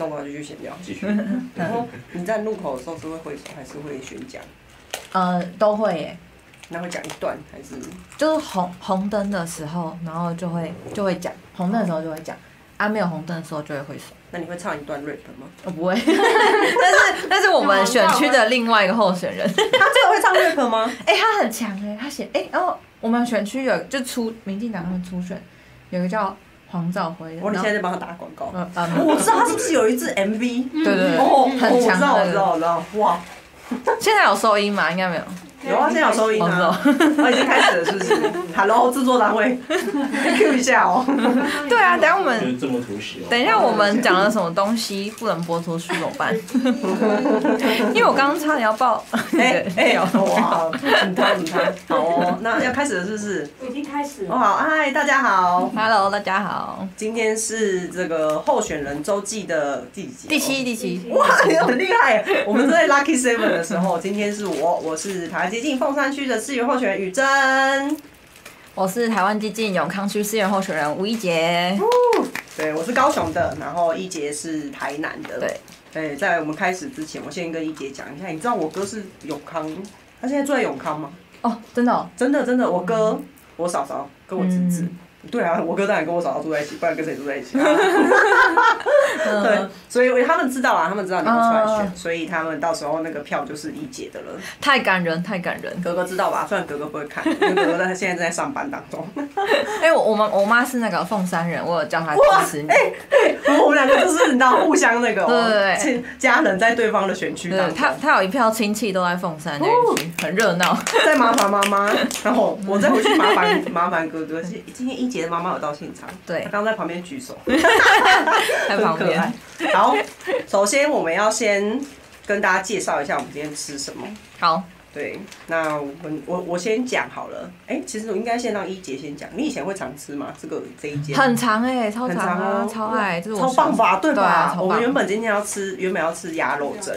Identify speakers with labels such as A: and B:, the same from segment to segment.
A: 那我要继续闲聊。
B: 继续。
A: 然后你在路口的时候是会挥手还是会宣讲？
C: 呃，都会耶、
A: 那会讲一段还是？
C: 就是红红灯的时候，然后就会就会讲，红灯的时候就会讲，啊，没有红灯的时候就会挥手。
A: 那你会唱一段 rap 吗？
C: 我哦不会， 但是但是我们选区的另外一个候选人，
A: 他真的会唱 rap 吗？
C: 哎、他很强哎、他写哎、然后我们选区有就出民进党他们初选，有一个叫黄兆辉 的，
A: 我哦你现
C: 然后
A: 在在帮他打广告。
C: 呃呃，
A: 我知道他是不是有一支 MV？
C: 对对对，
A: 哦，哦
C: 很
A: 我
C: 强
A: 知道，我知
C: 的。
A: 道，我知道。哇，
C: 现在有收音吗？应该没有。
A: 有啊，现在有收音啊，
C: 哦
A: 哦，已经开始了，是不是？Hello，制作单 位，Q 一下哦。
C: 对啊，等一下我
B: 就
C: 们
B: 是这么土实哦。
C: 等一下我们讲了什么东西不能播出去怎么办？ 因为我刚刚差点要爆，
A: 哎哎，
C: 有
A: 哇，很烫很烫。好哦，那要开始了，是不是？
D: 已经开始
A: 哦，
D: 了。
A: 好，嗨，大家好，
C: Hello，大家好。
A: 今天是这个候选人周记的第几集哦？
C: 第七，第七。
A: 哇，你很厉害！我们在 Lucky Seven 的时候，今天是我，我是台湾接近凤山区的市议候选人雨珍。
C: 我是台湾激进永康区市议员候选人吴一杰。
A: 对，我是高雄的，然后一杰是台南的。
C: 对，
A: 对，在我们开始之前，我先跟一杰讲一下，你知道我哥是永康，他现在住在永康吗？
C: 哦，真的、哦，
A: 真的，真的，我哥、我嫂嫂跟我侄子，
C: 嗯
A: 对啊，我哥当然跟我嫂嫂住在一起，不然跟谁住在一 起、对
C: 嗯，，
A: 所以他们知道啊，他们知道你们出来选，
C: 嗯
A: 所以他们到时候那个票就是一姐的了。
C: 太感人，太感人。
A: 格格知道吧？虽然格格不会看， 因为格格在现在正在上班当中。
C: 哎、我我们我妈是那个凤山人，我有叫她支
A: 哎
C: 持你。
A: 我们两个就是你知道互相那个、哦，
C: 对
A: 亲家人在对方的选区当
C: 对，
A: 中，
C: 她她有一票亲戚都在凤山那一区，很热闹。
A: 再麻烦妈妈，然后我再回去麻 烦麻烦哥哥。今今天一杰的妈妈有到现场，
C: 对
A: 她刚在旁边举手，
C: 在
A: 很
C: 旁
A: 可爱
C: 边。。
A: 好，首先我们要先跟大家介绍一下我们今天吃什么。
C: 好，
A: 对，那我我我先讲好了。哎、其实我应该先让一杰先讲。你以前会常吃吗？这个这一间
C: 很长哎、超
A: 很
C: 长
A: 长
C: 啊，
A: 哦
C: 超爱，这是我
A: 超棒吧？对
C: 对啊
A: 吧？
C: 超棒
A: 我们原本今天要吃，原本要吃鸭肉蒸，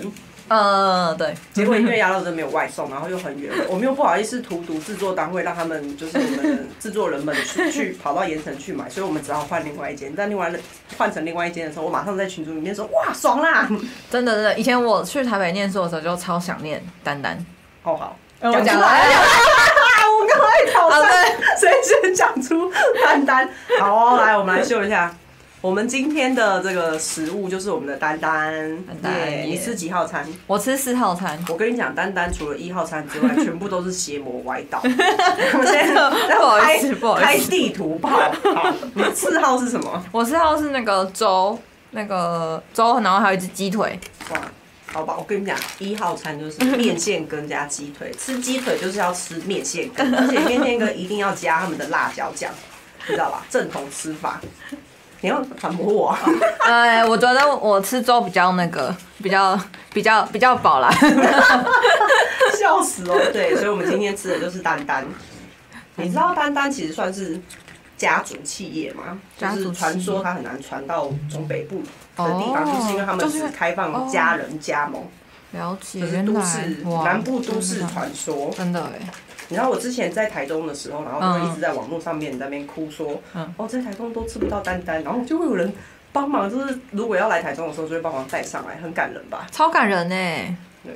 C: 呃，对，
A: 结果因为鸭肉蒸没有外送，然后又很远，我们又不好意思荼毒制作单位，让他们就是我们的制作人们 去去跑到盐城去买，所以我们只好换另外一间。但另外换成另外一间的时候，我马上在群组里面说：“哇，爽啦！”
C: 真的真的。以前我去台北念书的时候，就超想念丹丹。
A: 好好，
C: 呃我
A: 讲
C: 讲
A: 出
C: 了
A: 来了。 我刚才讨
C: 啊
A: 论谁先讲出丹丹。好哦，来，我们来秀一下。我们今天的这个食物就是我们的丹丹，
C: 丹丹
A: 耶你
C: 耶
A: 吃几号餐？
C: 我吃四套餐，
A: 我跟你讲，丹丹除了一号餐之 外，全部都是邪魔歪道。我现在
C: 不好意思，不好
A: 开
C: 意思。
A: 地图炮。好，你的四号是什么？
C: 我吃到是那个粥，那个粥，然后还有一只鸡腿。
A: 哇，好吧，我跟你讲，一号餐就是面线羹加鸡腿，吃鸡腿就是要吃面线羹，而且面线羹一定要加他们的辣椒酱，知道吧？正统吃法。你要反驳我、啊？
C: 呃，我觉得我吃粥比较那个，比较比较比较饱啦。
A: 笑死哦！ 对，所以我们今天吃的就是丹丹。你知道丹丹其实算是家族企业吗？就
C: 家族企业
A: 是传说它很难传到中北部的地方，
C: 哦
A: 就是因为他们
C: 就是
A: 只开放家人加盟，
C: 了解，
A: 就是
C: 原
A: 都
C: 来
A: 市
C: 哇，
A: 南部都市传说。
C: 真的哎，
A: 你知道我之前在台东的时候，然后就
C: 嗯
A: 一直在网络上面在那边哭说，
C: 嗯
A: 哦，在台东都吃不到丹丹，然后就会有人帮忙，就是如果要来台东的时候，就会帮忙带上来，很感人吧？
C: 超感人哎！
A: 对，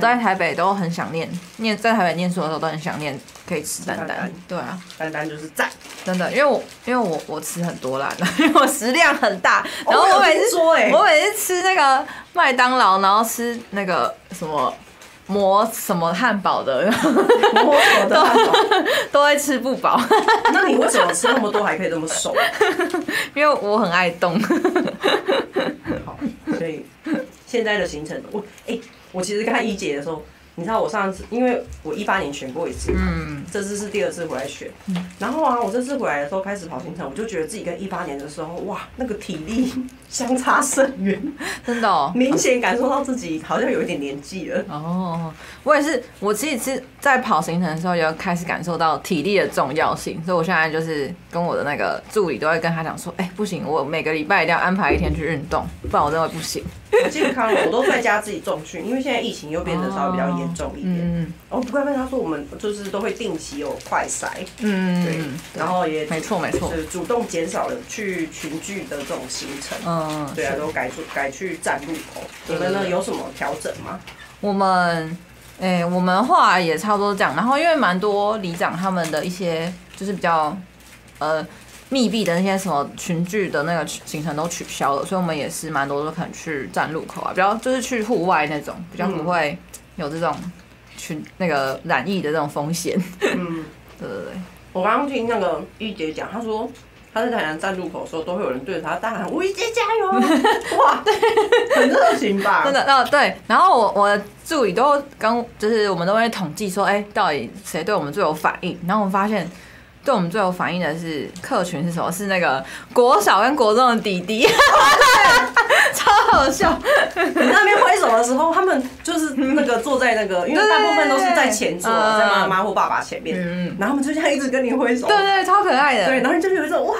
A: 嗯
C: 在台北都很想念，念在台北念书的时候都很想念可以吃蛋
A: 吃蛋
C: 蛋
A: 蛋。
C: 对啊，
A: 丹丹就是赞。
C: 真的，因为我因为我我吃很多啦， 因为我食量很大，然后
A: 哦
C: 我
A: 有
C: 每
A: 听
C: 次
A: 说哎，
C: 我每次吃那个麦当劳，然后吃那个什么磨什么汉堡的，
A: 欸摸我的汉堡。
C: 都会吃不饱，
A: 那你为什么吃那么多还可以这么瘦？
C: 因为我很爱动。
A: 好，所以现在的行程，我哎、我其实看一姐的时候，你知道我上次，因为我一八年选过一次，
C: 嗯，
A: 这次是第二次回来选，然后啊，我这次回来的时候开始跑行程，我就觉得自己跟一八年的时候，哇，那个体力相差甚远，
C: 真的哦。
A: 明显感受到自己好像有一点年纪 了。
C: 哦，我也是，我其实是在跑行程的时候，有开始感受到体力的重要性，所以我现在就是跟我的那个助理都会跟他讲说，哎、不行，我每个礼拜一定要安排一天去运动，不然我真的会不行。
A: 我健康了，我都在家自己重训，因为现在疫情又变得稍微比较严重一点。
C: 嗯
A: 哦，不怪被他说我们就是都会定期有快筛，
C: 嗯
A: 对
C: 嗯，，
A: 然后也
C: 没错没错
A: 就，是主动减少了去群聚的这种行程。
C: 嗯，
A: 对啊，
C: 是
A: 都改出改去站路口。你
C: 对
A: 们呢
C: 对
A: 有什么调整吗？
C: 我们，哎、我们后来也差不多这样。然后因为蛮多里长他们的一些就是比较呃密闭的那些什么群聚的那个行程都取消了，所以我们也是蛮多都可能去站路口啊，比较就是去户外那种，比较不会有这种群那个染疫的这种风险。
A: 嗯，
C: 对对对，
A: 我刚刚听那个玉姐讲，她说她在台南站路口的时候，都会有人对着她大喊“吴玉姐加油”， 哇，很热情吧？
C: 真的，哦对。然后我我的助理都跟就是我们都会统计说，哎、到底谁对我们最有反应？然后我们发现。对我们最有反应的是客群是什么？是那个国小跟国中的弟弟， 超好笑。
A: 你那边挥手的时候，他们就是那个坐在那个，因为
C: 对
A: 大部分都是在前座，
C: 嗯
A: 在妈妈或爸爸前面，
C: 嗯
A: 然后他们就这样一直跟你挥手。
C: 对对对，超可爱的。
A: 对，
C: 对
A: 然后你就有一种哇，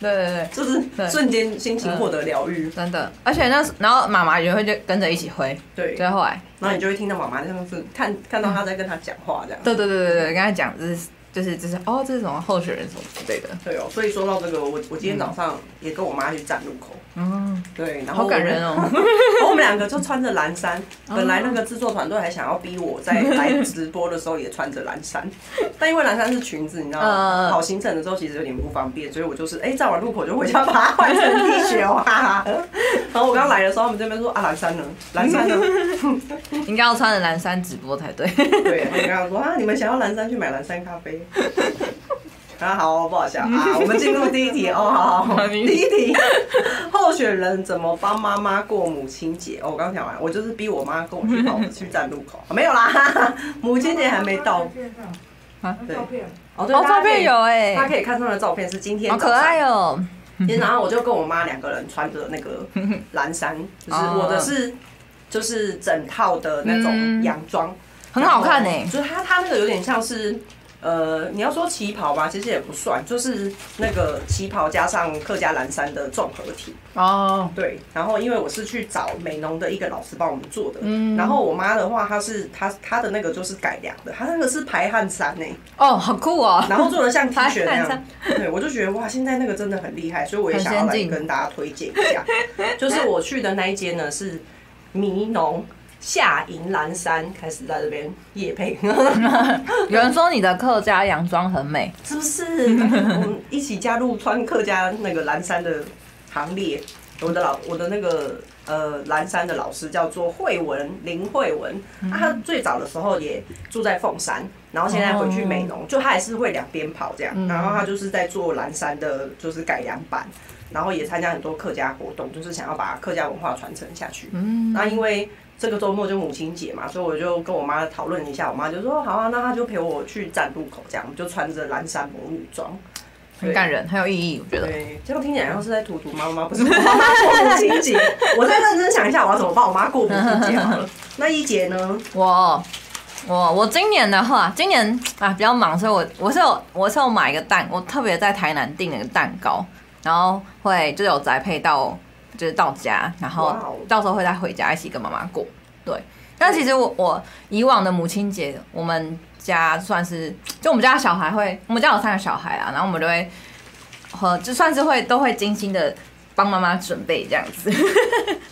C: 对对，
A: 就是
C: 对嗯
A: 瞬间心情获得疗愈。
C: 真的。而且那时然后妈妈也会就跟着一起挥，
A: 对，
C: 对，后来，
A: 然后你就会听到妈妈像是看看到他在跟他讲话这样。
C: 对对对对对，跟他讲这是就是这是哦，这是什么候选人什么之类的。
A: 对哦，所以说到这个，我我今天早上也跟我妈去站路口，
C: 嗯，
A: 对，然后
C: 好感
A: 我们
C: 人哦。
A: 然后我们两个就穿着蓝衫，本来那个制作团队还想要逼我在来直播的时候也穿着蓝 衫，但因为蓝衫是裙子，你知道吗？
C: 嗯
A: 跑行程的时候其实有点不方便，所以我就是哎站完路口就回家把它换成 T 恤哦，哈哈。然后我刚来的时候，他们这边说啊蓝衫呢，蓝衫呢，
C: 应该要穿着蓝衫直播才对。
A: 对，我刚刚说啊你们想要蓝衫去买蓝山咖啡。啊，好，不好笑啊！我们进入第一题哦，好好，好第
C: 你
A: 一题，候选人怎么帮妈妈过母亲节？哦，我刚讲完，我就是逼我妈跟我去跑去站路口，没有啦，哈哈母亲节还没到，
C: 啊
A: 对
B: 照片
A: 哦，
C: 哦，照片有，哎、
A: 大家可以看上的照片是今天
C: 好可爱
A: 哦。
C: 哦。
A: 今天早上我就跟我妈两个人穿着那个蓝衫，就是
C: 哦
A: 我的是就是整套的那种
C: 嗯
A: 洋装，
C: 很好看欸呢、
A: 就是它它那个有点像是，呃，你要说旗袍吧，其实也不算，就是那个旗袍加上客家蓝衫的综合体。
C: 哦，
A: 对，然后因为我是去找美农的一个老师帮我们做的，
C: 嗯
A: 然后我妈的话，她是她她的那个就是改良的，她那个是排汗衫呢、
C: 哦，好酷哦。
A: 然 后做的像 T 恤那
C: 排汗
A: 样
C: 衫，
A: 对我就觉得哇，现在那个真的很厉害，所以我也想要
C: 很
A: 来
C: 先进
A: 跟大家推荐一下。就是我去的那一间呢是迷农夏银蓝山，开始在这边夜配，
C: 有人说你的客家洋装很美，
A: 是不是？ 我们一起加入穿客家那个蓝山的行列。我的老我的那个呃蓝山的老师叫做慧文林慧文，啊他最早的时候也住在凤山，然后现在回去美浓，就他也是会两边跑这样，然后他就是在做蓝山的，就是改良版。然后也参加很多客家活动，就是想要把客家文化传承下去。嗯，那因为这个周末就母亲节嘛，所以我就跟我妈讨论一下，我妈就说好啊，那她就陪我去站路口这样，我们就穿着蓝衫母女装，
C: 很感人，很有意义，我觉得。
A: 对，这样听起来好像是在荼毒妈妈，不是我妈妈过母亲节。我再认真想一下，我要怎么帮我妈过母亲节好了。那一节呢？
C: 我我我今年的话，今年啊比较忙，所以我我是有我是有买一个蛋，我特别在台南订了一个蛋糕，然后会就是有宅配到就是到家，然
A: 哇
C: 后
A: 哦
C: 到时候会再回家一起跟妈妈过。对，但其实我我以往的母亲节，我们家算是就我们家的小孩会，我们家有三个小孩啊，然后我们就会和就算是会都会精心的帮妈妈准备这样子，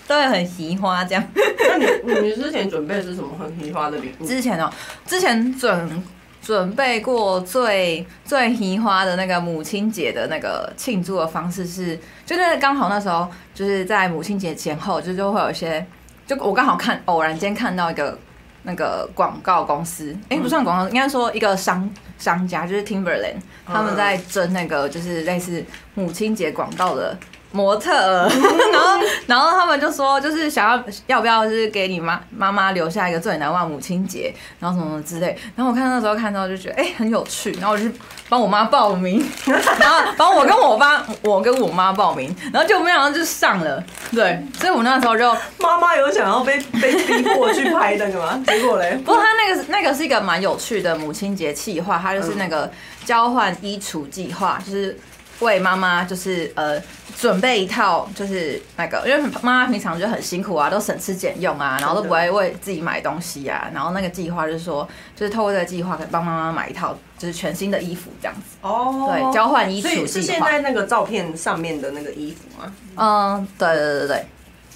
C: 都会很喜欢这样。
A: 那你你之前准备的是什么很奇花的礼 物？
C: 之前哦、之前准准备过最最奇花的那个母亲节的那个庆祝的方式是，就是刚好那时候就是在母亲节前后，就是就会有一些，就我刚好看偶然间看到一个那个广告公司，哎、不算广告，应该说一个商商家，就是 Timberland，他们在争那个就是类似母亲节广告的。模特儿， 然后然后他们就说，就是想要要不要就是给你妈妈妈留下一个最难忘母亲节，然后什么什么之类。然后我看那时候看到就觉得哎、诶很有趣，然后我就去帮我妈报名， 然后帮我跟我爸我跟我妈报名，然后就没想到就上了，对，所以我那时候就
A: 妈妈有想要被 被逼迫去拍那个吗？结果嘞，
C: 不过他那个是那个是一个蛮有趣的母亲节计划，它就是那个交换衣橱计划，就是为妈妈就是呃准备一套就是那个，因为妈妈平常就很辛苦啊，都省吃俭用啊，然后都不会为自己买东西啊，然后那个计划就是说，就是透过这个计划可以帮妈妈买一套就是全新的衣服这样子，
A: 哦，
C: 对，交换衣
A: 所
C: 橱
A: 以是
C: 计
A: 现
C: 划，
A: 在那个照片上面的那个衣服吗？
C: 嗯，对对对对对。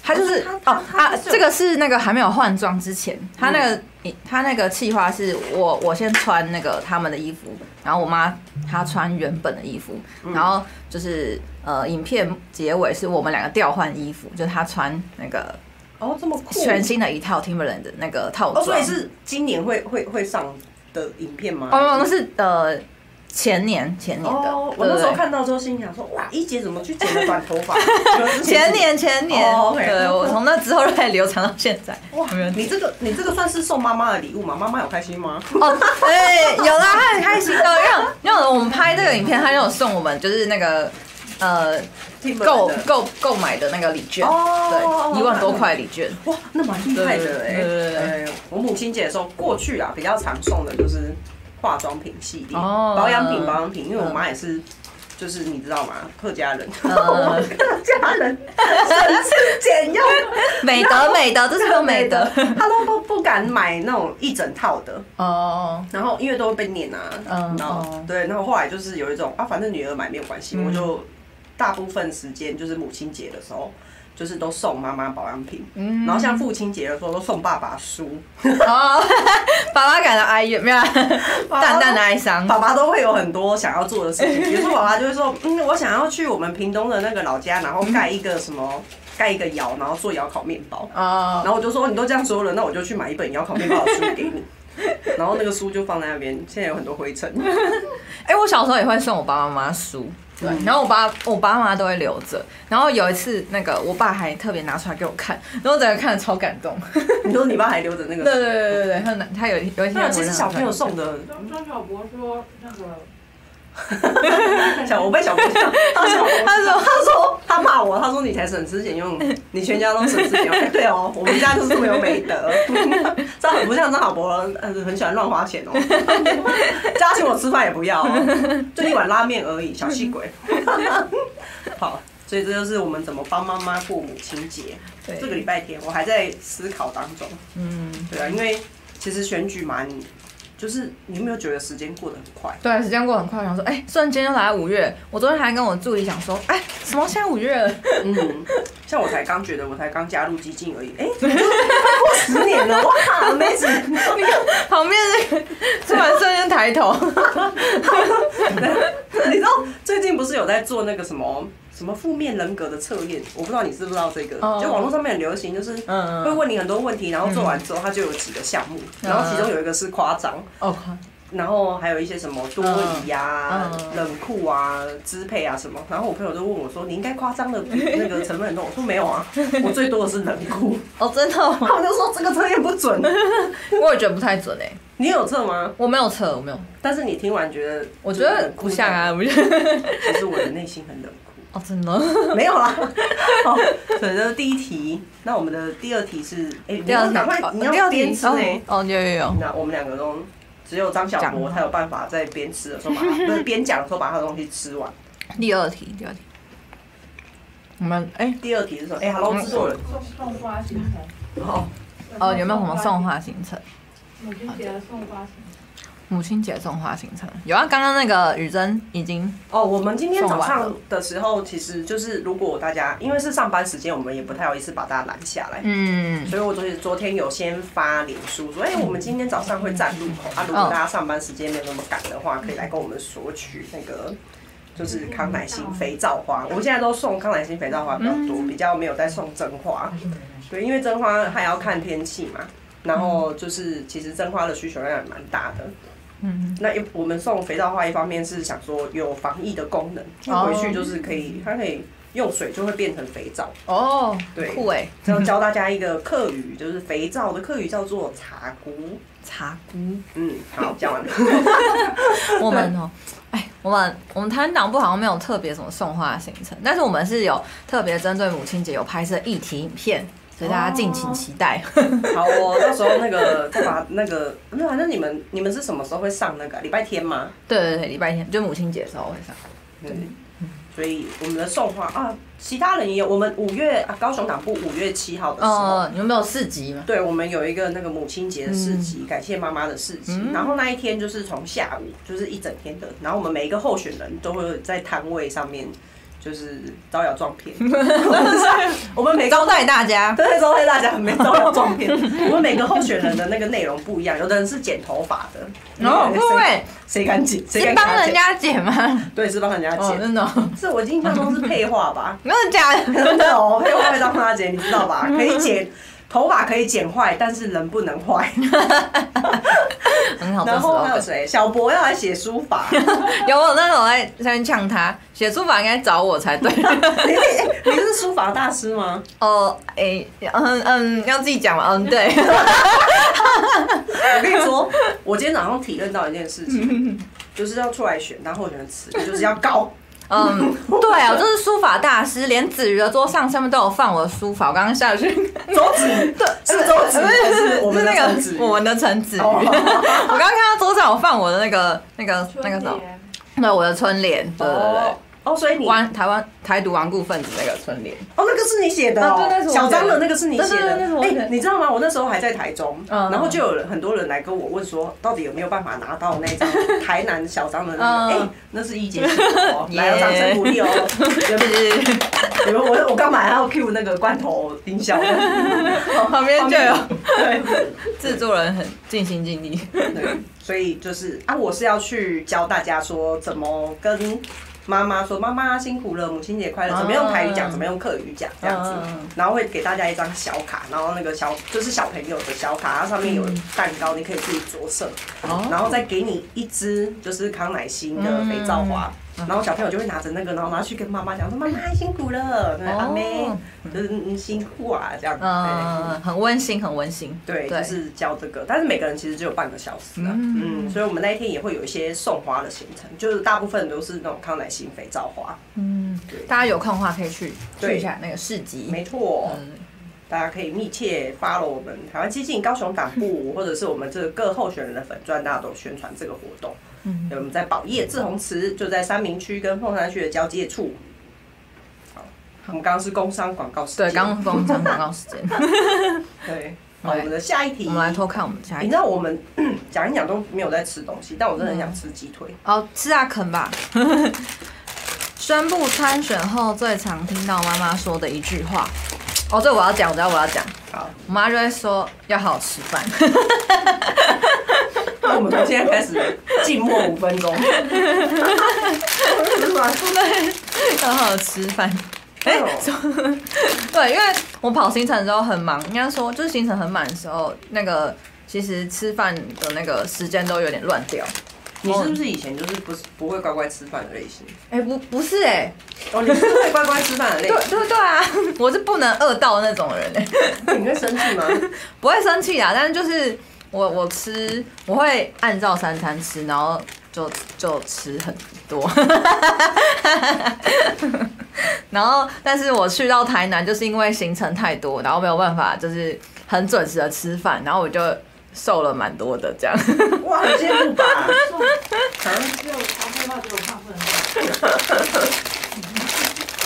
C: 他就是
A: 哦他
C: 哦
A: 他，他
C: 啊，
A: 就是嗯有
C: 这个是那个还没有换装之前，他那个他那个计划是我我先穿那个他们的衣服，然后我妈她穿原本的衣服，
A: 嗯
C: 然后就是呃，影片结尾是我们两个调换衣服，就是她穿那个
A: 哦，这么酷！
C: 全新的一套 Timberland 的那个套
A: 哦，
C: 装，
A: 所以是今年会会会上的影片吗？
C: 哦，没有那是呃前年前年的，
A: 哦，我
C: 对
A: 那
C: 对
A: 时候
C: 对。
A: 看到之后心想说，哇，一姐怎么去剪了短头 发？就是
C: 前年前年，
A: 哦，OK
C: 对我从那之后就开始流传到现在。
A: 哇
C: 没问，题
A: 你这个你这个算是送妈妈的礼物吗？妈妈有开心吗？
C: 哦，对，有啦，他很开心的，因为因为我们拍这个影片，他有送我们就是那个呃购
A: Timberland 的
C: 购购买的那个礼券，
A: 哦
C: 对，一万多块礼券，
A: 哇，那蛮厉害的哎、
C: 对对对对
A: 哎我母亲节的时候，过去啊比较常送的就是化妆品系列、
C: 哦
A: 保养品、保养品，因为我
C: 嗯
A: 妈也是。就是你知道吗？客家人，
C: 嗯
A: 我 客家人 省吃俭用，
C: 美德美德，这是都美德。
A: 她都不不敢买那种一整套的，
C: 哦，
A: 然后因为都会被念啊，
C: 嗯
A: 然后
C: 哦
A: 对，然后后来就是有一种啊，反正女儿买没有关系，
C: 嗯
A: 我就大部分时间就是母亲节的时候，就是都送妈妈保养品，
C: 嗯
A: 然后像父亲节的时候都送爸爸书，
C: 哦， 爸爸感到哀怨，没有啊，淡淡的哀伤。
A: 爸爸都会有很多想要做的事 情，比如说爸爸就会说，嗯，我想要去我们屏东的那个老家，然后盖一个什么，盖一个窑，然后做窑烤面包，
C: 哦，
A: 然后我就说你都这样说了，那我就去买一本窑烤面包的书给你。然后那个书就放在那边，现在有很多灰尘。
C: 哎、我小时候也会送我爸爸妈妈书，对，
A: 嗯
C: 然后我爸我爸妈都会留着。然后有一次，那个我爸还特别拿出来给我看，然后我整个看的超感动。
A: 你说你爸还留着那
C: 对
A: 个书？
C: 对对对对，他拿他有一有一
A: 那
C: 些
A: 其实小朋友送的，
B: 张张小博说那个
A: 小我被小朋友 笑，他说他说他说他骂我，他说你才省吃俭用，你全家都省吃俭用。哎对哦，我们家就是这么有美德， 这很不像张小博，呃很喜欢乱花钱哦。 家请我吃饭也不要、哦，就一碗拉面而已，小气鬼。 好，所以这就是我们怎么帮妈妈过母亲节。
C: 对
A: 这个礼拜天我还在思考当中。
C: 嗯，
A: 对啊，因为其实选举嘛，你就是你有没有觉得时间过得很快？
C: 对，时间过得很快，想说，哎、瞬间就来到五月。我昨天还跟我助理讲说，哎、什么现在五月了？
A: 嗯， 像我才刚觉得，我才刚加入基金而已， 哎、怎么就快过十年了，哇，amazing！
C: 你看旁边那个突然瞬间抬头，
A: 你知道最近不是有在做那个什么什么负面人格的测验？我不知道你知不知道这个
C: 哦
A: 就网络上面很流行，就是
C: 嗯
A: 会问你很多问题，然后做完之后，它就有几个项目，然后其中有一个是夸张，
C: 哦，
A: 然后还有一些什么多疑呀、啊
C: 嗯、嗯
A: 冷酷啊、支配啊什么。然后我朋友就问我说：“你应该夸张的那个成分很多。”我说：“没有 啊，我最多的是冷酷。
C: 哦，真的哦、”
A: 他们就说：“这个测验不准。
C: 我也觉得不太准哎、”
A: 你有测吗？
C: 我没有测，我没有，
A: 但是你听完觉得，
C: 我觉得不像啊，。我觉得，
A: 其实我的内心很冷酷，
C: 哦，真的。
A: 没有啦。 好，所以这是第一题。那我们的第二题是，哎、你
C: 第二
A: 要
C: 题
A: 赶快，
C: 哦
A: 你
C: 第二
A: 要欸
C: 题
A: 边吃呢、
C: 哦，哦有有有，
A: 那我们两个都只有张小博，
C: 讲
A: 他有办法在边吃的时候把它，不是边讲的时候把他的东西吃完。
C: 第二题，第二题，我们哎、
A: 第二题是什么？哎、h e l l
C: 嗯
A: o 制作人，
B: 送送花行程，
A: 好，
C: 哦，有没有什么送？花行程？
B: 母亲节的送花行程，
C: 母亲节送花行程有啊，刚刚那个雨珍已经
A: 哦，我们今天早
C: 送完
A: 上
C: 了
A: 的时候，其实就是如果大家因为是上班时间，我们也不太好意思把大家拦下来，
C: 嗯
A: 所以我昨天昨天有先发脸书说，哎、我们今天早上会站路口
C: 嗯
A: 啊，如果大家上班时间没有那么赶的话，可以来跟我们索取那个。就是康乃馨肥皂花，
C: 嗯
A: 我们现在都送康乃馨肥皂花比较多，比较没有在送真花。对，因为真花还要看天气嘛，然后就是其实真花的需求量也蛮大的。
C: 嗯
A: 那一我们送肥皂花，一方面是想说有防疫的功能，那回去就是可以，它可以用水就会变成肥皂。
C: 哦，
A: 对
C: 酷哎，
A: 这样教大家一个客语，就是肥皂的客语叫做茶菇。
C: 茶菇，
A: 嗯，好，讲完了。
C: 我们哦。哎，我们我们台湾党部好像没有特别什么送花行程，但是我们是有特别针对母亲节有拍摄议题影片，所以大家敬请期待。
A: 好，我到时候那个再把那个，那反正你们你们是什么时候会上那个啊？礼拜天吗？
C: 对对对，礼拜天就母亲节的时候会上。
A: 对。所以我们的送花啊，其他人也有。我们五月、啊、高雄党部五月七号的时候，
C: 嗯，有没有四级嘛？
A: 对，我们有一个那个母亲节的市集，
C: 嗯
A: 感谢妈妈的市集。然后那一天就是从下午，就是一整天的。然后我们每一个候选人都会在摊位上面，就是招摇撞 骗。 我们每个
C: 招待大家，
A: 对，招待大家很没招摇撞骗。我们每个候选人的那个内容不一样，有的人是剪头发的，
C: 然后
A: 谁
C: 对，
A: 谁敢剪？谁
C: 是
A: 敢
C: 帮人
A: 剪？
C: 家剪吗？
A: 对，是帮人家
C: 哦，
A: 剪。
C: 真的哦，
A: 是我印象中是配画吧？
C: 没有假的，
A: 真的哦，配画会当他剪，你知道吧？可以剪头发可以剪坏，但是人不能坏。
C: 很好做
A: 然后还有
C: slogan。
A: 谁？小博要来写书 法，
C: 有我那时候在在呛他，写书法应该找我 才对。
A: 你哎你是书法大师吗？
C: 哦，哎，嗯嗯，要自己讲嘛，嗯，对，
A: 我跟你说，我今天早上体认到一件事情，就是要出来选当候选人词，就是要高。
C: 嗯，对啊，我就是书法大师，连子瑜的桌上上面都有放我的书法。我刚刚下去，
A: 周子
C: 对，呃
A: 是周子瑜还是我们的
C: 那
A: 陈子瑜
C: 个 我们的陈子瑜。
A: 哦
C: 我刚刚看到桌上有放我的那个那个那个什么，
B: 春节
C: 对，我的春联，对对对
A: 哦哦，所以你
C: 对，
A: 哦，
C: 湾台湾台独顽固分子那个春联，
A: 那个是你写的哦
C: 啊对那是我写的
A: 小张的那个是你写
C: 对对
A: 的
C: 对那是。我写的
A: 哎，你知道吗？我那时候还在台中，
C: 嗯
A: 然后就有人很多人来跟我问说，到底有没有办法拿到那张台南小张的那个？
C: 嗯
A: 哎，那是一姐写的 哦，来，
C: 耶
A: 掌声鼓励哦。有没有
C: 就是
A: 你们我我干嘛还要 Q 那个罐头音效？
C: 旁边就有
A: 对
C: 制作人很尽心尽力。
A: 对，所以就是啊，我是要去教大家说怎么跟妈妈说妈妈辛苦了，母亲节快乐，
C: 啊
A: 怎么用台语讲，怎么用客语讲这样子
C: 嗯，
A: 然后会给大家一张小卡，然后那个小就是小朋友的小卡，它上面有蛋糕，你可以自己着色，然
C: 嗯 哦，嗯
A: 后再给你一支就是康乃馨的肥皂花。然后小朋友就会拿着那个，然后拿去跟妈妈讲说：“妈妈辛苦了，对阿妹
C: 哦，
A: 就是嗯辛苦啊，这样。”对。
C: 嗯，很温馨，很温馨。
A: 对，
C: 对
A: 就是教这个，但是每个人其实只有半个小时啊，
C: 嗯
A: 嗯所以我们那一天也会有一些送花的行程，就是大部分都是那种康乃馨肥皂花，
C: 嗯
A: 对，
C: 大家有空的话可以去去
A: 对
C: 一下那个市集。
A: 没错，
C: 嗯
A: 大家可以密切 follow 我们台湾激进高雄党部，或者是我们这个各候选人的粉钻，大家都有宣传这个活动。
C: 嗯
A: 对，我们在宝业志宏祠，就在三明区跟凤山区的交界处。好，我们刚刚是工商广告时间，
C: 对，刚刚工商广告时间，
A: 对，
C: 我
A: 好，我
C: 们来
A: 们的下一题，
C: 我们来偷看我们下
A: 哎你
C: 一
A: 知道我们讲一讲都没有在吃东西，但我真的很想吃鸡腿。
C: 哦，吃啊啃吧。 宣布参选后，最常听到妈妈说的一句话。哦，这我要讲，我知道我要讲。
A: 好，
C: 我妈就会说要好好吃饭。
A: 那我们从现在开始静默五分钟。是吗？
C: 好好吃饭。
A: 哎
C: 哎、对，因为我跑行程的时候很忙，应该说就是行程很满的时候，那个其实吃饭的那个时间都有点乱掉。
A: 你是不是以前就是不是不会乖乖吃饭的类型？
C: 哎、不不是哎、
A: 哦，你是会乖乖吃饭的类
C: 对
A: 型，
C: 对对啊， 我是不能饿到的那种人哎、
A: 你会生气吗？
C: 不会生气啊，但是就是我我吃我会按照三餐吃，然后就就吃很多，然后但是我去到台南就是因为行程太多，然后没有办法就是很准时的吃饭，然后我就瘦了蛮多的这样。
A: 哇，很羡慕吧？
B: 送
A: 啊
B: 只有咖啡话只有亢奋，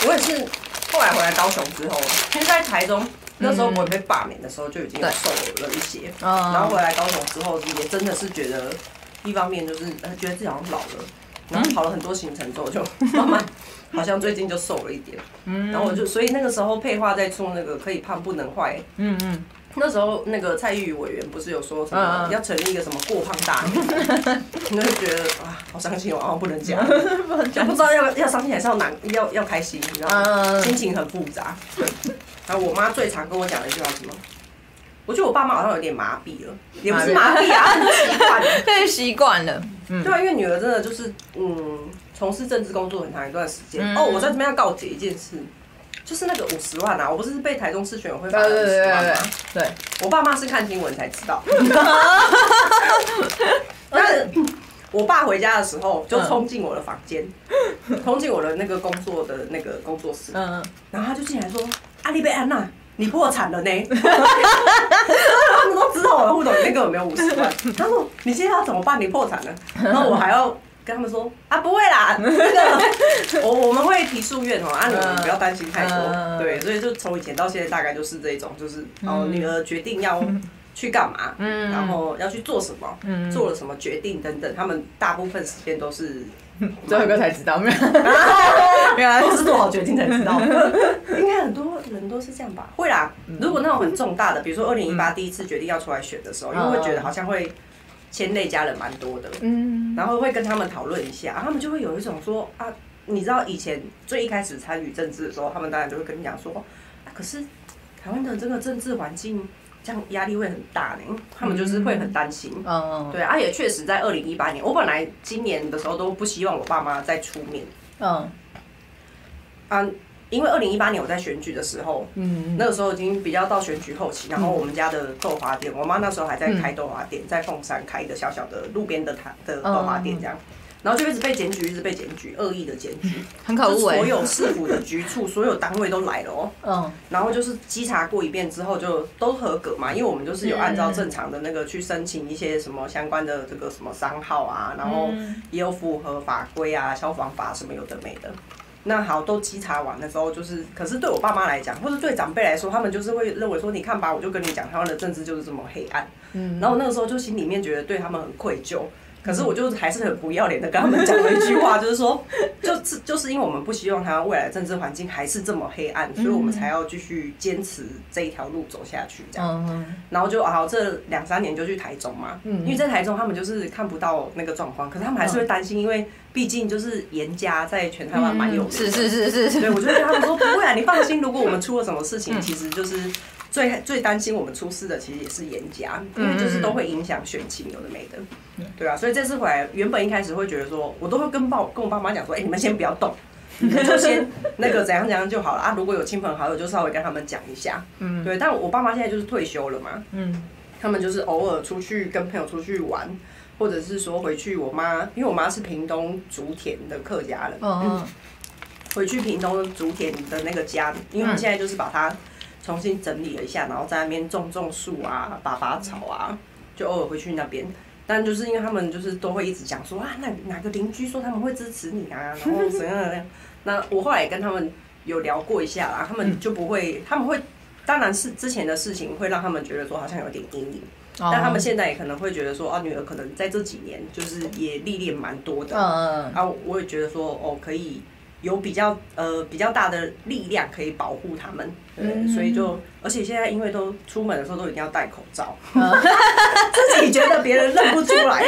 A: 我也是后来回来高雄之后，其实在台中那时候我被罢免的时候就已经有
C: 对
A: 瘦了一些，
C: 嗯
A: 然后回来高雄之后也真的是觉得，一方面就是呃觉得自己好像老了，然后跑了很多行程之后就 慢慢好像最近就瘦了一点，然后我就所以那个时候配话在做那个可以胖不能坏。
C: 嗯嗯，
A: 那时候那个蔡玉宇委员不是有说什么
C: 嗯嗯
A: 要成立一个什么过胖大 联，你就觉得啊好伤心哦，好像不能讲，就不知道要要伤心还是要难要要开心，你知道吗？
C: 嗯
A: 心情很复杂。然后我妈最常跟我讲的一句话是什么？我觉得我爸妈好像有点麻痹了，也不是麻痹啊，是习惯了。
C: 对，习惯了。嗯
A: 对啊，因为女儿真的就是嗯，从事政治工作很长一段时间。
C: 嗯
A: 哦，我在这边要告解一件事，就是那个五十万啊，我不是被台中市选委会罚
C: 对
A: 了
C: 对
A: 五
C: 对
A: 十万
C: 对
A: 吗？
C: 对，对
A: 我爸妈是看新闻才知 道。但是我爸回家的时候就冲进我的房 间，冲进我的那个工作的那个工作室，
C: 嗯，
A: 然后他就进来说：“阿丽贝安娜，你破产了呢。” 他们都知道我的户头里面根本没有五十万。他说：“你现在要怎么办？你破产了。”然后我还要跟他们说啊，不会啦，那 个我我们会提诉愿哦，啊，你们
C: 嗯
A: 不要担心太多。
C: 嗯
A: 对，所以就从以前到现在，大概就是这种，就是哦，
C: 嗯
A: 女儿决定要去干嘛，
C: 嗯
A: 然后要去做什么，
C: 嗯
A: 做了什么决定等等，他们大部分时间都是
C: 最后一个才知道，没有，没有 啊，
A: 都是做好决定才知道。 嗯应该很多人都是这样吧？会啦，如果那种很重大的，比如说二零一八第一次决定要出来选的时候，因为会觉得好像会牵累家人蛮多的，
C: 嗯，
A: 然后会跟他们讨论一下，啊他们就会有一种说啊，你知道以前最一开始参与政治的时候，他们当然就会跟你讲说，啊，可是台湾的这个政治环境这样压力会很大呢，他们就是会很担心。
C: 嗯
A: 对啊，也确实在二零一八年，我本来今年的时候都不希望我爸妈再出面
C: 嗯
A: 啊，因为二零一八年我在选举的时候，
C: 嗯
A: 那个时候已经比较到选举后期，然后我们家的豆花店，我妈那时候还在开豆花店，在凤山开一个小小的路边的摊的豆花店这样，然后就一直被检举，一直被检举，恶意的检举，
C: 很可
A: 就
C: 恶
A: 所
C: 哎，
A: 有市府的局处、 所有单位都来了哦、
C: 嗯
A: 然后就是稽查过一遍之后就都合格嘛，因为我们就是有按照正常的那个去申请一些什么相关的这个什么商号啊，然
C: 嗯
A: 后也有符合法规啊、消防法什么有的没的。那好，都稽查完的时候，就是，可是对我爸妈来讲，或者对长辈来说，他们就是会认为说，你看吧，我就跟你讲，台湾的政治就是这么黑暗。
C: 嗯，
A: 然后我那个时候就心里面觉得对他们很愧疚，可是我就还是很不要脸的跟他们讲了一句话，就是说， 就是就是因为我们不希望台湾未来的政治环境还是这么黑暗，所以我们才要继续坚持这一条路走下去这样。
C: 嗯
A: 然后就啊，这两三年就去台中嘛，
C: 嗯
A: 因为在台中他们就是看不到那个状况，可是他们还是会担心，因为毕竟就是严家在全台湾蛮有名的
C: 嗯是是是是
A: 对，
C: 是，
A: 我就跟他们说不会啊，你放心，如果我们出了什么事
C: 嗯
A: 情，其实就是最最担心我们出事的，其实也是严家，因为
C: 嗯
A: 就是都会影响选情，有的没的，对啊，所以这次回来，原本一开始会觉得说，我都会跟爸跟我爸妈讲说，哎、你们先不要动。你们就 先那个怎样怎样就好了啊！如果有亲朋好友，就稍微跟他们讲一下。嗯，对，但我爸妈现在就是退休了嘛，
C: 嗯
A: 他们就是偶尔出去跟朋友出去玩，或者是说回去我妈，因为我妈是屏东竹田的客家人，
C: 嗯
A: 回去屏东竹田的那个家，因为我们现在就是把它重新整理了一下，然后在那边种种树啊、拔拔草啊，就偶尔回去那边。但就是因为他们就是都会一直讲说啊，那哪个邻居说他们会支持你啊，然后怎样怎样。那我后来也跟他们有聊过一下啦，他们就不会，他们会，当然是之前的事情会让他们觉得说好像有点阴影，
C: 哦
A: 但他们现在也可能会觉得说啊，女儿可能在这几年就是也历练蛮多的，
C: 嗯
A: 啊，我也觉得说哦，可以有比较呃比较大的力量可以保护他们，对，
C: 嗯
A: 所以就而且现在因为都出门的时候都一定要戴口 罩，自己觉得别人认不出来，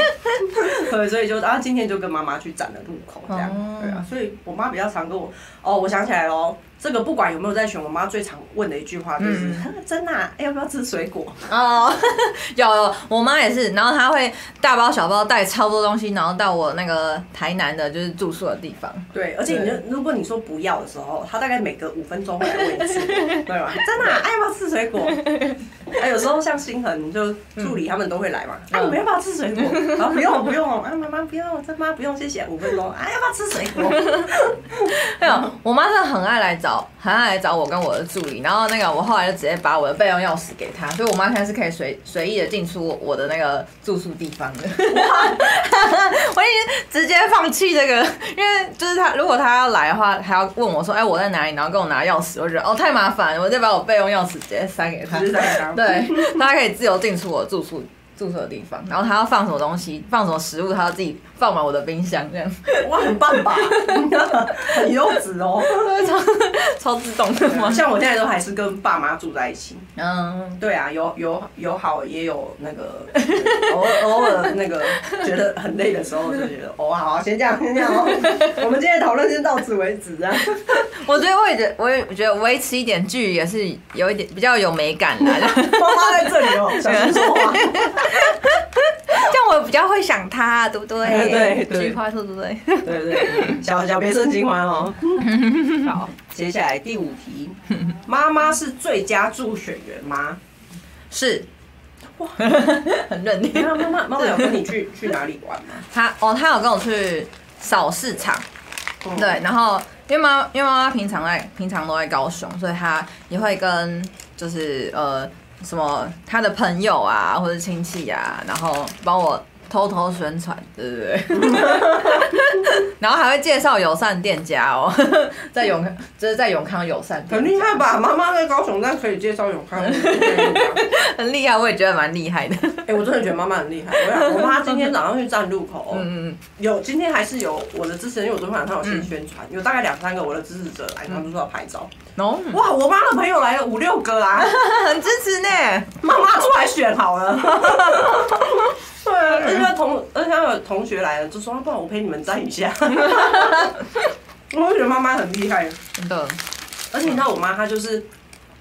A: 对，所以就然啊后今天就跟妈妈去展了路口这样，
C: 哦
A: 对啊，所以我妈比较常跟我哦，我想起来喽。这个不管有没有在选，我妈最常问的一句话就是：“
C: 嗯
A: 真的、啊，哎要不要吃水果
C: 哦， 有有，我妈也是，然后她会大包小包带超多东西，然后到我那个台南的就是住宿的地方。？”
A: 对，而且你就如果你说不要的时候，她大概每隔五分钟会来问一 次，对吧？真的、啊，哎要不要吃水果？哎，有时候像新恒就助理他们都会来嘛，啊，
C: 嗯
A: 你们要不要吃水 果？然后不用不用，啊，妈妈不要，这妈不用，谢谢，五分钟，啊，要不要吃水 果？
C: 哎呦，我妈真的很爱来找，很爱来找我跟我的助理。然后那个我后来就直接把我的备用钥匙给她，所以我妈现在是可以随随意的进出我的那个住宿地方的。 我已经直接放弃这个，因为就是她如果她要来的话，还要问我说，哎、我在哪里，然后跟我拿钥匙，我觉得哦太麻烦，我再把我备用钥匙直接塞给她。
A: 就是啊在讲，
C: 对，大家可以自由进出我住宿住宿的地方，然后他要放什么东西，放什么食物，他要自己放满我的冰箱， 这样
A: 哇，很棒吧？ 很优质哦。
C: 超超自动的吗？
A: 像我现在都还是跟爸妈住在一起，
C: 嗯，
A: 对啊，有有有好，也有那个偶尔偶尔那个觉得很累的时候，就觉得哦，好啊，先这样，先这样哦。 我们今天的讨论先到此为止啊。
C: 我觉得我也觉得我也觉得维持一点距离也是有一点比较有美感的，
A: 妈妈在这里哦，小心说话。
C: 这样我比较会想他，对不对？
A: 对对
C: 菊花说对不对？
A: 对对，小小别生情欢哦。好，接下来第五题，妈妈是最佳助选员吗？
C: 是，
A: 哇，
C: 很认
A: 你
C: 定。
A: 看妈妈，妈妈有跟你去去哪里玩吗？
C: 他哦，他有跟我去扫市场，
A: 哦
C: 对，，然后因为妈，因为妈妈平常在平常都在高雄，所以她也会跟就是呃什么她的朋友啊或者亲戚啊，然后帮我偷偷宣传，对不对？ 然后还会介绍友善店家哦， 在永康就是在永康友善店
A: 很
C: 家，
A: 厉害吧？妈妈在高雄，但可以介绍永康。哎、
C: 很厉害，我也觉得蛮厉害的。
A: 我真的觉得妈妈很厉害。我想我妈今天早上去站路口，哦
C: 嗯嗯
A: 有今天还是有我的支持人，因为我昨天晚上有先宣传，有大概两三个我的支持者来，他们说要拍照。
C: 嗯，哦，
A: 哇，我妈的朋友来了五六个啊，
C: 很支持呢。
A: 妈妈出来选好了。对啊，而且同而且还有同学来了，就说、啊、不然我陪你们站一下。我觉得妈妈很厉害，
C: 真的，
A: 而且你知道我妈她就是，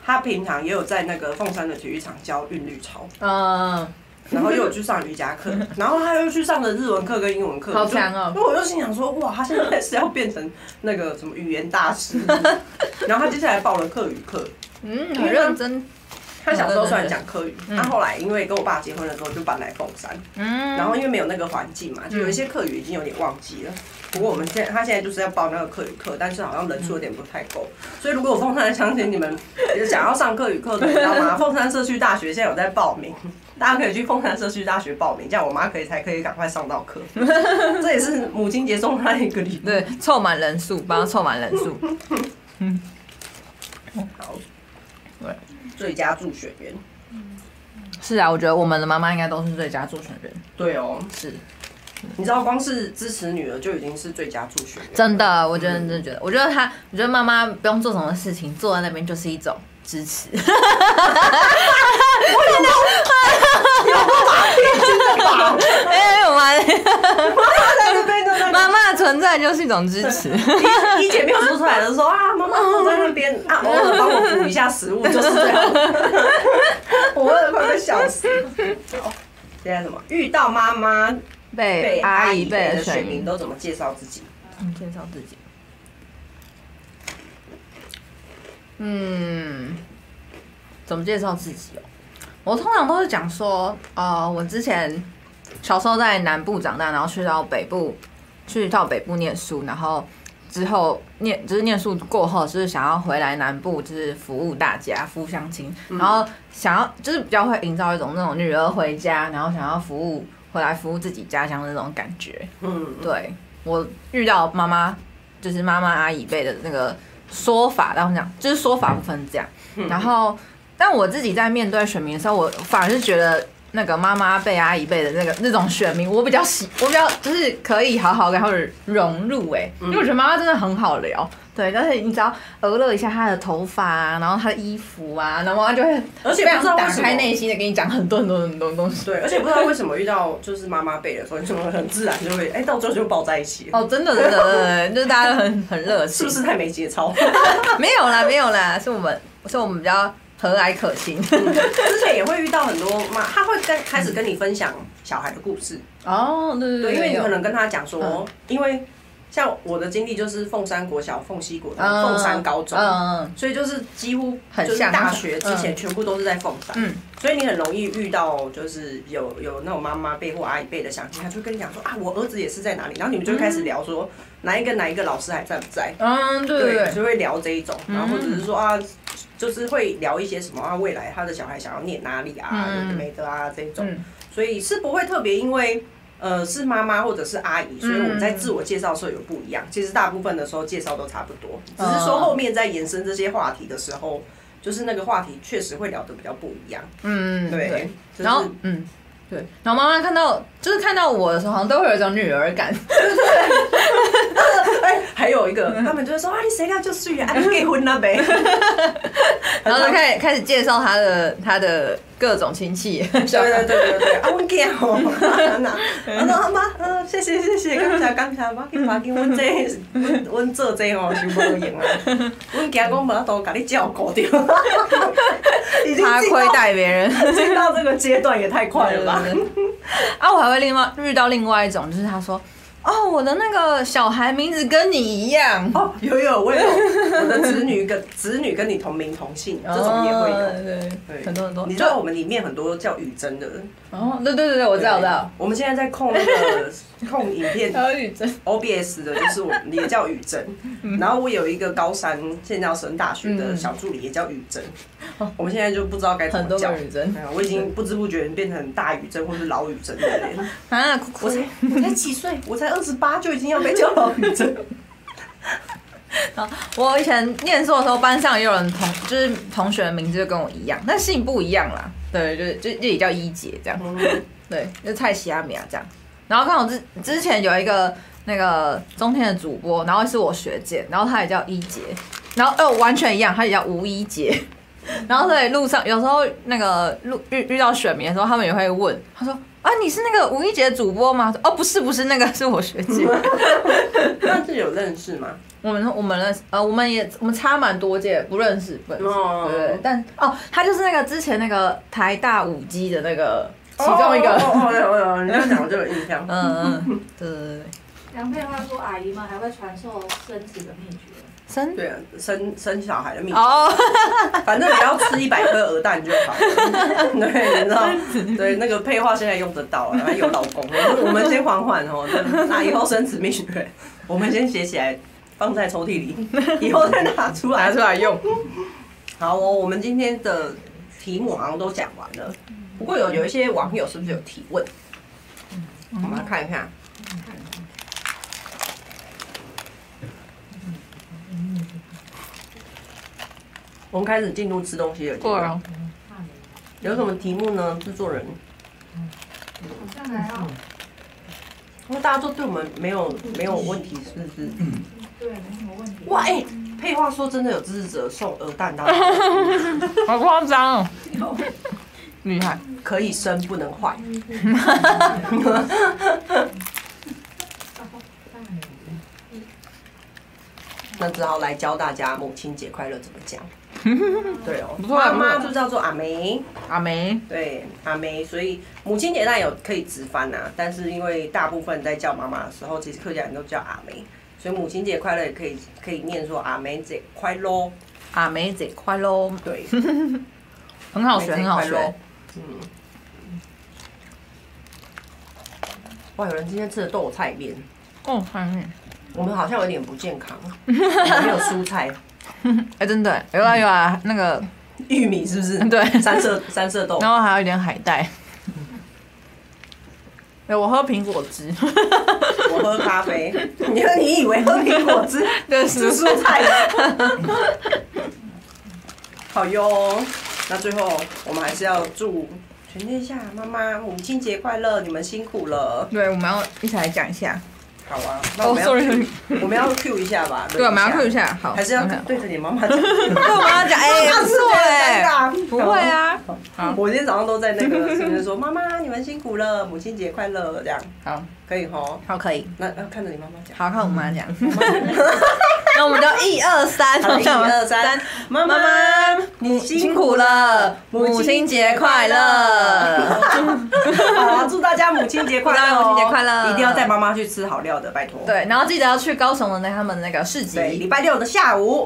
A: 她平常也有在那个凤山的体育场教韵律操，
C: 嗯，
A: 然后又有去上瑜伽 课，然后她又去上了日文课跟英文课，
C: 好强哦
A: 就那我就心想说，哇，她现在是要变成那个什么语言大 师，然后她接下来报了课语课，
C: 嗯，很认真，
A: 她小时候虽然讲课语，
C: 嗯
A: 她后来因为跟我爸结婚的时候就搬来凤山，
C: 嗯，
A: 然后因为没有那个环境嘛，就有一些课语已经有点忘记了。不过我们现在他现在就是要报那个课语课，但是好像人数有点不太够，所以如果我凤山的乡亲你们也想要上课语课的，你知道 吗？凤山社区大学现在有在报名，大家可以去凤山社区大学报名，这样我妈可以才可以赶快上到 课。这也是母亲节送她的一个礼物。
C: 对，凑满人数，帮他凑满人数。
A: 好，
C: 对，
A: 最佳助选员。
C: 是啊，我觉得我们的妈妈应该都是最佳助选人，
A: 对哦，
C: 是
A: 你知道光是支持女儿就已经是最佳助选员，
C: 真的，我觉得真的觉得，我觉得她，我觉得妈妈不用做什么事情，坐在那边就是一种支持。 哎，我妈妈妈的存在就是一种支持，
A: 一姐没有说出来的时候啊，妈妈坐在那边啊，
C: 嗯
A: 偶尔帮我补一下食物就是最好的。我真的快被笑 死。好，现在什么？遇到妈妈
C: 被
A: 被
C: 阿
A: 阿
C: 姨
A: 姨
C: 辈
A: 辈
C: 的
A: 的
C: 水
A: 水
C: 民
A: 民都怎么介绍自己？
C: 嗯介绍自己。嗯，怎么介绍自己哦？我通常都是讲说，呃，我之前小时候在南部长大，然后去到北部，去到北部念书，然后之后念就是念书过后，就是想要回来南部，就是服务大家，服务乡亲，然后想要就是比较会营造一种那种女儿回家，然后想要服务回来服务自己家乡的那种感觉。
A: 嗯，
C: 对我遇到妈妈，就是妈妈阿姨辈的那个说法，然后讲就是说法部分是这样。
A: 嗯
C: 然后，但我自己在面对选民的时候，我反而是觉得那个妈妈辈、阿姨辈的那个那种选民，我比较喜，我比较就是可以好好跟他们融入哎、
A: 嗯
C: 因为我觉得妈妈真的很好聊。对，但是你只要额乐一下她的头发啊，然后她的衣服啊，然后妈妈就会
A: 而且不
C: 非常
A: 知道
C: 打
A: 为什
C: 开
A: 么。
C: 内心的跟你讲很多很多很多东西。
A: 对，而且不知道为什么遇到就是妈妈辈的时候，你怎么很自然就会哎、到最后就抱在一起了，
C: 哦，真的真的，真的就是大家都很很热
A: 是
C: 情
A: 不。是太没节 操？
C: 没有啦，没有啦，是我们是我们比较和蔼可亲。
A: 之前也会遇到很多妈，她会跟开始跟你分享小孩的故事，
C: 哦，对
A: 对，因为你可
C: 有
A: 能跟他讲说
C: 嗯，
A: 因为像我的经历就是凤山国小、凤西国中、凤山高中，
C: 嗯嗯
A: 所以就是几乎
C: 很
A: 就是
C: 像
A: 大学之前全部都是在凤山，
C: 嗯
A: 所以你很容易遇到就是有有那种妈妈辈或阿姨辈的乡亲，他就跟你讲说啊，我儿子也是在哪里，然后你们就会开始聊说哪一个哪一个老师还在不在，
C: 嗯，对对嗯对，
A: 就会聊这一种，然后或者是说啊，就是会聊一些什么啊，未来他的小孩想要念哪里啊，
C: 嗯
A: 有的没的啊这一种，
C: 嗯
A: 所以是不会特别因为。呃，是妈妈或者是阿姨，所以我们
C: 嗯
A: 在自我介绍的时候有不一样。其实大部分的时候介绍都差不多，只是
C: 哦
A: 说后面在延伸这些话题的时候，就是那个话题确实会聊得比较不一样。
C: 嗯
A: 对，就是、
C: 然后嗯。对，然后妈妈看到就是看到我的时候，好像都会有一种女儿 感。
A: 哎、还有一个，他们就会说啊，你谁料就是啊，你结婚了呗。
C: 然后就开始开始介绍她的她的各种亲戚。
A: 对对对对对， 啊，阮囝 吼，啊那阿妈，啊，谢谢谢 谢，感谢感谢，我紧我紧，阮这阮阮做这吼是无用啊，阮惊讲无法度甲你照顾 着，已经
C: 她
A: 进
C: 亏
A: 到
C: 待别人，
A: 进到这个阶段也太 快了 吧？
C: 对对对啊，我还会另外遇到另外一种，就是她说：“哦，我的那个小孩名字跟你一样。”
A: 哦，有有，我有我的子女跟子女跟你同名同姓，这种也会有。
C: 哦对
A: 对
C: 很多很多，
A: 你知
C: 就
A: 道我们里面很多叫雨珍的人，
C: 哦，对对对对，我知道我知道，
A: 我们现在在控那 个控影片
C: 还有雨珍，
A: OBS 的，就是我们也叫雨珍，
C: 嗯
A: 然后我有一个高三现在要升大学的小助理也叫雨珍，我们现在就不知道该怎
C: 哦很
A: 么
C: 多
A: 叫
C: 个。雨珍
A: 哎，呀我已经不知不觉变成大雨珍或是老雨珍了耶。
C: 啊，哭哭
A: 我才我才几岁，我才二十八就已经要被叫老雨珍。
C: 我以前念书的时候，班上也有人同就是同学的名字就跟我一样，但姓不一样啦。对，就是就就也叫一姐这样。 对，就蔡西阿米亚这样。然后看我之之前有一个那个中天的主播，然后是我学姐，然后她也叫一姐，然后呃完全一样，她也叫吴一姐。 然后在路上有时候那个路遇遇到选民的时候，他们也会问，他说啊你是那个吴一姐的主播吗？哦不是不是，那个是我学姐。
A: 那是有认识吗？
C: 我们我们认识，呃，我们也我们差蛮多届，不认识，不认识。
A: 哦
C: 对，但哦，他就是那个之前那个台大五 G 的那个其中一个，
A: 哦哦哦哦哦，哦你这样讲我就有印象。
C: 嗯嗯，对对对对，
B: 杨佩花说，阿姨们还会传授生子的秘诀，
C: 真的
A: 对啊，生生小孩的命，
C: 哦，
A: 反正只要吃一百颗鹅蛋就好了。 对，你知道，对那个配话现在用得到啊，然后有老公，我们先缓缓哦，那以后生子命学，我们先写起来，放在抽屉里，以后再拿出来
C: 拿出来用。
A: 好哦，我们今天的题目好像都讲完了，不过有有一些网友是不是有提问？我们来看一看。我们开始进入吃东西的阶
C: 哦
A: 段，，有什么题目呢？制作人，
B: 好像还好，
A: 因为大家都对我们没有没有问题，是不是？
B: 对，没什么问题。
A: 哇，哎、配话说真的有支持者送鹅蛋，大家
C: 好夸张哦，厉害。
A: 可以生不能坏。 那只好来教大家母亲节快乐怎么讲。对哦，
C: 不错啊
A: 妈
C: 不错
A: 妈就叫做阿梅，
C: 阿梅，
A: 对阿梅，所以母亲节当然有可以直翻呐、啊，但是因为大部分在叫妈妈的时候，其实客家人都叫阿梅，所以母亲节快乐也可以可以念说阿梅姐快乐，
C: 阿梅姐快乐，
A: 对，嗯
C: 很好学，很好
A: 快乐
C: 学。
A: 嗯。哇，有人今天吃的豆菜面，
C: 哦，阿梅，
A: 我们好像有点不健 康，我们没有蔬菜，
C: 哎，真的有啊有啊，那个
A: 玉米是不是？
C: 对
A: 三色三色 豆。
C: 然后还有一点海 带。哎，我喝苹果 汁，
A: 我喝咖啡，你你以为喝苹果汁
C: 对，
A: 是蔬菜？ 好哟，那最后我们还是要祝全天下妈妈母亲节快乐，你们辛苦了。
C: 对，我们要一起来讲一下。
A: 好啊，那我
C: 哦
A: 们要、
C: ，sorry，
A: 我们要 Q 一下吧。
C: 对，我们要 Q 一
A: 下，
C: 下，好，
A: 啊还是要
C: OK
A: 对着你妈妈讲。
C: 对，我们要讲， 哎，不错哎，
A: 哎，
C: 不会。啊，好
A: 我今天早上都在那个身边说，妈妈你们辛苦了，母亲节快乐，这样
C: 好，
A: 可以吼。
C: 好，可以，
A: 那要看着你妈妈讲。
C: 好看我妈 讲，那我们就一二三，
A: 好，一二三，妈妈，你
C: 母
A: 辛
C: 辛
A: 苦
C: 苦
A: 了。
C: 了，母亲节快乐，
A: 好啊，祝大家母亲节快乐哦，
C: 祝大家母亲节快乐
A: 一定要带妈妈去吃好料的，拜托。
C: 对，然后记得要去高雄的那他们那个市
A: 对，
C: 集
A: 礼，拜六的下午